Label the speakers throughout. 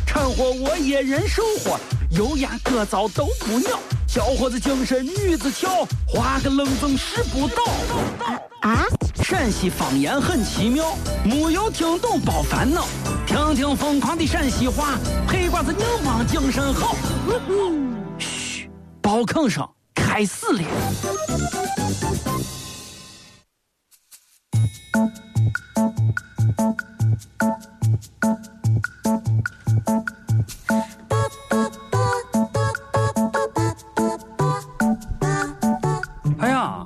Speaker 1: 掺和我也人生活，油盐各糟都不尿，小伙子精神女子俏，花个愣风使不倒。
Speaker 2: 啊，
Speaker 1: 陕西方言很奇妙，没有听懂别烦恼，听听疯狂的陕西话，黑瓜子硬邦精神好。嘘，包吭声开始了。哎呀，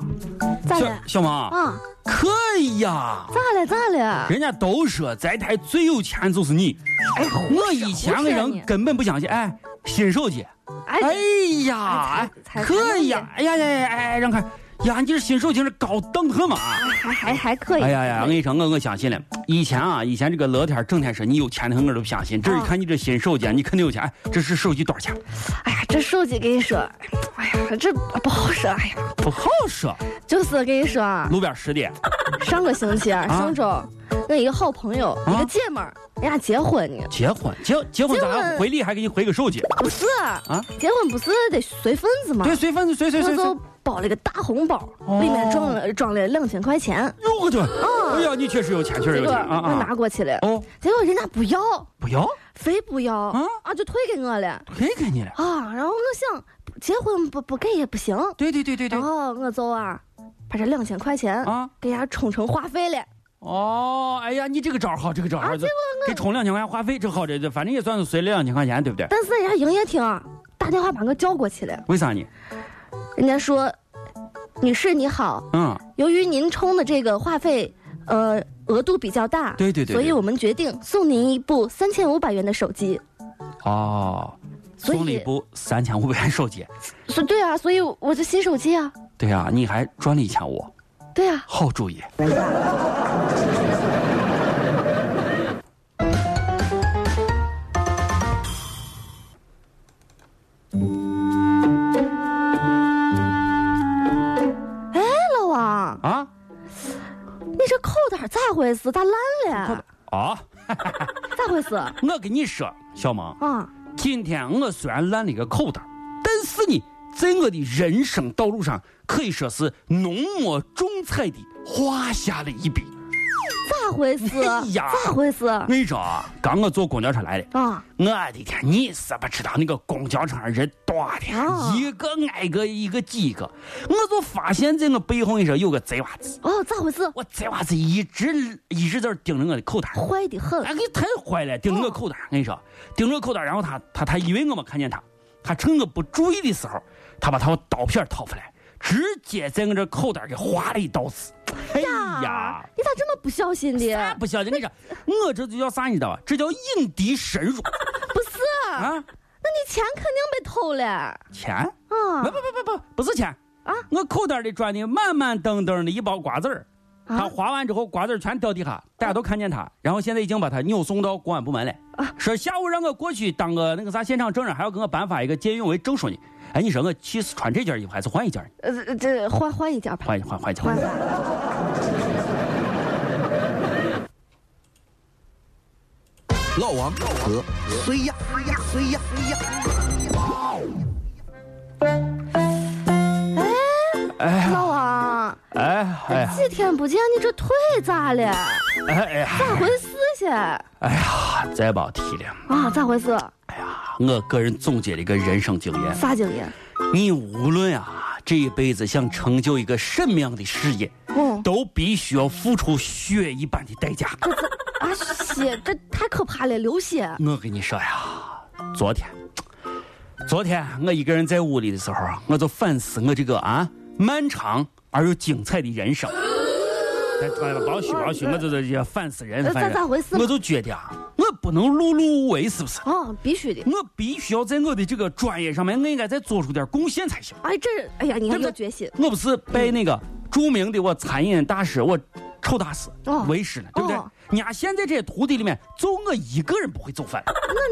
Speaker 2: 咋
Speaker 1: 小
Speaker 2: 了？
Speaker 1: 小王，
Speaker 2: 啊，
Speaker 1: 可以呀。
Speaker 2: 咋了咋了？
Speaker 1: 人家都说在台最有钱就是你，
Speaker 2: 哎，
Speaker 1: 我以前的
Speaker 2: 胡说
Speaker 1: 人
Speaker 2: 你
Speaker 1: 根本不相信。哎，新手机，
Speaker 2: 哎
Speaker 1: 哎呀，
Speaker 2: 才才
Speaker 1: 哎可以呀
Speaker 2: 才，
Speaker 1: 哎呀呀呀，哎，让开，呀，你这新手机是高档很嘛？
Speaker 2: 还还还可以。
Speaker 1: 哎呀呀，我跟你说，我我相信了。以前啊，以前这个乐天整天说你有钱的，我都不相信。
Speaker 2: 嗯
Speaker 1: 这一看你这新手机啊，你肯定有钱。哎这是手机多少钱？
Speaker 2: 哎呀，这手机跟你说，哎呀，这不好说。哎呀，
Speaker 1: 不好说，
Speaker 2: 就是跟你说啊，
Speaker 1: 路边拾的。
Speaker 2: 上个星期啊，
Speaker 1: 啊
Speaker 2: 上周，我一个好朋友，一个姐们儿，人家结婚呢。
Speaker 1: 结婚，结结婚
Speaker 2: 结
Speaker 1: 咋
Speaker 2: 婚
Speaker 1: 还回礼还给你回个手机？
Speaker 2: 不是啊结婚不是得随份子吗？
Speaker 1: 对，随份子，随随
Speaker 2: 我
Speaker 1: 随随
Speaker 2: 就。包了个大红包，
Speaker 1: 哦
Speaker 2: 里面装了装了两千块钱。
Speaker 1: 哟我去！
Speaker 2: 嗯
Speaker 1: 哎呀，你确实有钱，确
Speaker 2: 结
Speaker 1: 实有
Speaker 2: 果
Speaker 1: 钱啊
Speaker 2: 我拿
Speaker 1: 啊！
Speaker 2: 过去了，
Speaker 1: 哦，
Speaker 2: 结果人家不要，
Speaker 1: 不要，
Speaker 2: 非不要
Speaker 1: 啊
Speaker 2: 啊，就退给我了
Speaker 1: 赔给你了。
Speaker 2: 啊。然后我想，结婚不不给也不行，
Speaker 1: 对对对对对
Speaker 2: 然。后我就啊，把这两千块钱
Speaker 1: 啊
Speaker 2: 给人家充成话费了。
Speaker 1: 哦，哎呀，你这个招儿好，这个招儿好，这给充两千块钱话费，这好这这，反正也算是随了两千块钱，对不对？
Speaker 2: 但是人家营业厅啊打电话把我叫过去了，
Speaker 1: 为啥呢？
Speaker 2: 人家说：“女士你好，
Speaker 1: 嗯，
Speaker 2: 由于您充的这个话费，呃，额度比较大，
Speaker 1: 对对对对
Speaker 2: 所以我们决定送您一部三千五百元的手机。
Speaker 1: 哦，
Speaker 2: 所以
Speaker 1: 送了一部三千五百元手机，
Speaker 2: 是，对啊，所以我这新手机啊，
Speaker 1: 对呀、你还赚了一千五，
Speaker 2: 对啊，
Speaker 1: 好主意。
Speaker 2: 老王，
Speaker 1: 啊
Speaker 2: 你这口袋咋回事？咋烂了？
Speaker 1: 啊！
Speaker 2: 咋回事？
Speaker 1: 我跟你说，小萌，
Speaker 2: 啊，
Speaker 1: 今天我虽然烂了一个口袋，但是呢，在我的人生道路上可以说是浓墨重彩的画下了一笔。
Speaker 2: 咋回事？
Speaker 1: 哎呀
Speaker 2: 咋回事？
Speaker 1: 我跟你说啊，刚我坐公交车来的，
Speaker 2: 啊，
Speaker 1: 我的天，你是不知道那个公交车上人多
Speaker 2: 啊
Speaker 1: 的，一个挨个，一个挤一个。我就发现，在我背后你说有个贼娃子，
Speaker 2: 哦，咋回事？
Speaker 1: 我贼娃子一直一直在这盯着我的口袋。
Speaker 2: 坏的很
Speaker 1: 哎，给太坏了，盯着我口袋。我跟你说，盯着我口袋，然后他他他以为我没看见他，他趁我不注意的时候，他把他的刀片掏出来，直接在我这口袋给划了一刀子。哎呀！
Speaker 2: 你咋这么不小心的？
Speaker 1: 啥不小心？你说我这就叫啥？你知道吧？这叫引敌深入
Speaker 2: 不是，
Speaker 1: 啊！
Speaker 2: 那你钱肯定被偷了啊！
Speaker 1: 钱？不不不不不，不是钱啊！我口袋里装的满满登登的一包瓜子儿，
Speaker 2: 啊
Speaker 1: 他划完之后瓜子儿全掉地下，大家都看见他，然后现在已经把他扭送到公安部门了。
Speaker 2: 啊
Speaker 1: 说下午让我过去当个那个啥现场证人，还要给我颁发一个见义勇为证书呢。哎，你说我去是穿这件衣服还是换一件呢？
Speaker 2: 呃，这换换一件吧，
Speaker 1: 换一换换一件。
Speaker 2: 换吧。
Speaker 3: 老王和谁呀？谁呀？谁呀？
Speaker 2: 哎老王，
Speaker 1: 哎哎呀
Speaker 2: 几天不见，你这腿咋了？
Speaker 1: 哎哎呀，
Speaker 2: 咋回事去？啊，
Speaker 1: 哎呀，再别提了。
Speaker 2: 咋啊回事？
Speaker 1: 哎呀，我个人总结了一个人生经验。
Speaker 2: 啥经验？
Speaker 1: 你无论啊这一辈子想成就一个什么样的事业，
Speaker 2: 嗯，
Speaker 1: 都必须要付出血一般的代价。
Speaker 2: 啊血，这太可怕了，流血。
Speaker 1: 我跟你说呀，昨天，昨天我一个人在屋里的时候啊，我就反思我这个啊漫长而又精彩的人生。他他妈老许老许，我这这也烦死人，
Speaker 2: 呃
Speaker 1: 烦人
Speaker 2: 嗯咋咋回事嘛
Speaker 1: 我都觉得啊，我不能碌碌无为，是不是？
Speaker 2: 哦，必须的。
Speaker 1: 我必须要在我的这个专业上面，我应该再做出点贡献才行。
Speaker 2: 哎，这哎呀，你
Speaker 1: 对
Speaker 2: 看
Speaker 1: 不对
Speaker 2: 有决心。
Speaker 1: 我不是被那个著名的我餐饮大师我臭大师
Speaker 2: 哦
Speaker 1: 为师了，对不对
Speaker 2: 哦？
Speaker 1: 人家现在这些徒弟里面，就我一个人不会做饭，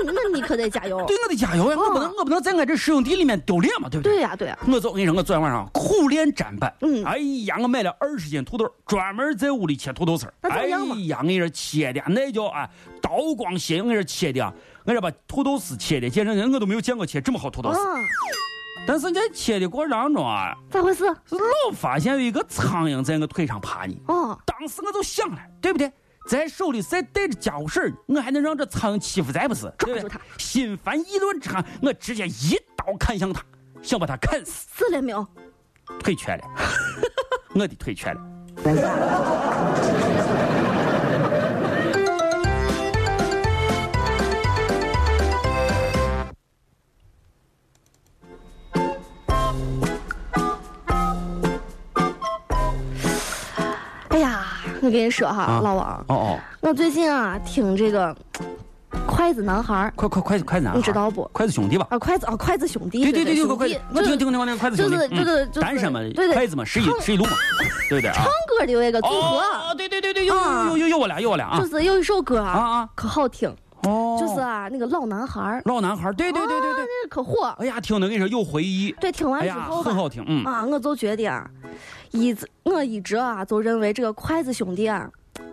Speaker 2: 那那你可得加油。
Speaker 1: 对我得加油呀！我不能我不能在我这师兄弟里面丢脸嘛，对不
Speaker 2: 哦对？呀，对呀。
Speaker 1: 我走，我跟你说，我昨天晚上苦练砧板，
Speaker 2: 嗯
Speaker 1: 哎呀，我买了二十斤土豆，专门在屋里切土豆丝儿。
Speaker 2: 那
Speaker 1: 哎
Speaker 2: 咋样嘛
Speaker 1: 呀，我跟你说切的那叫啊，刀光鲜影，我跟你说切的啊，我说把土豆丝切的，简直我都没有见过切这么好土豆丝。
Speaker 2: 啊，
Speaker 1: 但是在切的过程当中啊，
Speaker 2: 咋回事？
Speaker 1: 是老发现有一个苍蝇在我腿上爬呢。
Speaker 2: 哦，
Speaker 1: 当时我就想了，对不对？咱手里再带着家伙事儿，我还能让这苍蝇欺负咱不是？对不
Speaker 2: 住
Speaker 1: 对
Speaker 2: 它！
Speaker 1: 心烦意乱之下，我直接一刀砍向它，想把它砍死。
Speaker 2: 死了没有？
Speaker 1: 退圈 了，我的退圈了。
Speaker 2: 哎呀，我跟你说哈，
Speaker 1: 啊
Speaker 2: 老王，
Speaker 1: 哦哦，
Speaker 2: 我最近啊听这个筷子男孩儿
Speaker 1: 快快快啊快男，
Speaker 2: 你知道不
Speaker 1: 筷子兄弟吧？
Speaker 2: 啊，筷子啊，筷子兄弟，
Speaker 1: 对对对，有个
Speaker 2: 兄
Speaker 1: 筷
Speaker 2: 弟
Speaker 1: 子，，我听听听那个筷子兄弟，
Speaker 2: 就是
Speaker 1: 嗯
Speaker 2: 就是就是
Speaker 1: 单身嘛，
Speaker 2: 对对
Speaker 1: 筷子嘛，十一
Speaker 2: 唱
Speaker 1: 十一路嘛，对不对啊
Speaker 2: 唱？歌的有一个组
Speaker 1: 哦
Speaker 2: 合，，
Speaker 1: 对对对对，有
Speaker 2: 啊
Speaker 1: 有有有我俩有我俩啊
Speaker 2: 就是有一首歌
Speaker 1: 啊
Speaker 2: 啊，
Speaker 1: 啊！
Speaker 2: 可好听，
Speaker 1: 哦，
Speaker 2: 就是啊那个老男孩儿，
Speaker 1: 老男孩，对对对对对
Speaker 2: 啊，那可火。
Speaker 1: 哎呀，听的跟你说有回忆，
Speaker 2: 对，听完
Speaker 1: 哎
Speaker 2: 之
Speaker 1: 呀，
Speaker 2: 后
Speaker 1: 很
Speaker 2: 吧，
Speaker 1: 好听，嗯，
Speaker 2: 啊，我就觉得啊，一直我一直啊就认为这个筷子兄弟啊，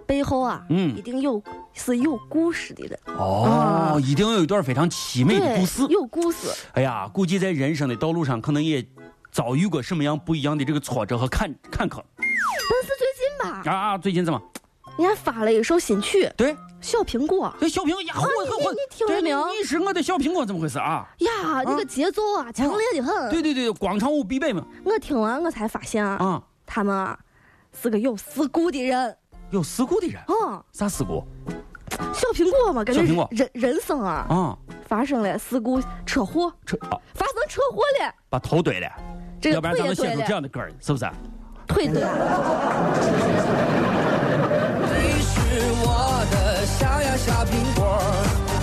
Speaker 2: 背后啊，
Speaker 1: 嗯
Speaker 2: 一定有是有故事的人，
Speaker 1: 哦
Speaker 2: 啊，
Speaker 1: 一定有一段非常凄美的
Speaker 2: 对
Speaker 1: 故事，。
Speaker 2: 有故事，
Speaker 1: 哎呀，估计在人生的道路上，可能也遭遇过什么样不一样的这个挫折和坎坎坷
Speaker 2: 但是最近吧，
Speaker 1: 啊啊！最近怎么？
Speaker 2: 人家发了一首新曲《
Speaker 1: 对，
Speaker 2: 小苹果
Speaker 1: 这小苹果呀，混混混，
Speaker 2: 你听着没有
Speaker 1: 对哦你是我的小苹果，怎么回事啊？》哦
Speaker 2: 呀，那个节奏啊，强烈的很。
Speaker 1: 对对对，广场舞必备嘛。
Speaker 2: 我听完我才发现啊，
Speaker 1: 啊，
Speaker 2: 他们啊是个有事故的人。
Speaker 1: 有事故的人，
Speaker 2: 哦，
Speaker 1: 啥事故
Speaker 2: 小苹果嘛，感
Speaker 1: 小苹果
Speaker 2: 觉人人生啊
Speaker 1: 啊？
Speaker 2: 发生了事故，车祸，
Speaker 1: 车啊，
Speaker 2: 发生车祸了，
Speaker 1: 把头怼了，
Speaker 2: 这
Speaker 1: 要
Speaker 2: 个
Speaker 1: 不然
Speaker 2: 腿
Speaker 1: 咱
Speaker 2: 也
Speaker 1: 能
Speaker 2: 对
Speaker 1: 写出这
Speaker 2: 了，
Speaker 1: 样的歌儿，是不是？
Speaker 2: 腿对了。
Speaker 4: 你是我的小呀小苹果，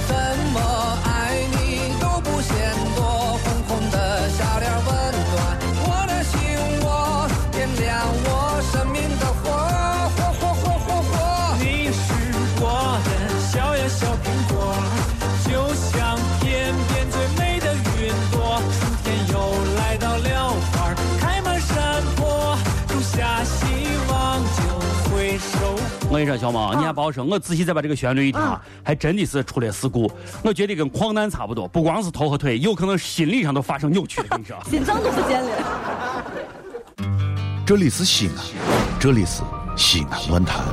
Speaker 4: 怎么爱你都不嫌多，红红的小脸温暖我的心窝，点亮我生命的火，火火火火火。你是我的小呀小苹果，就像天边最美的云朵，春天又来到了，花儿开满山坡，种下希望就会收获。
Speaker 1: 我跟你说，小猫，你还别说，我仔细再把这个旋律一听啊
Speaker 2: 啊，
Speaker 1: 还真的是出了事故。我觉得跟矿难差不多，不光是头和腿，有可能心理上都发生扭曲了。跟你说，
Speaker 2: 心脏都不见了。
Speaker 5: 这里是西安，这里是西安乱坛。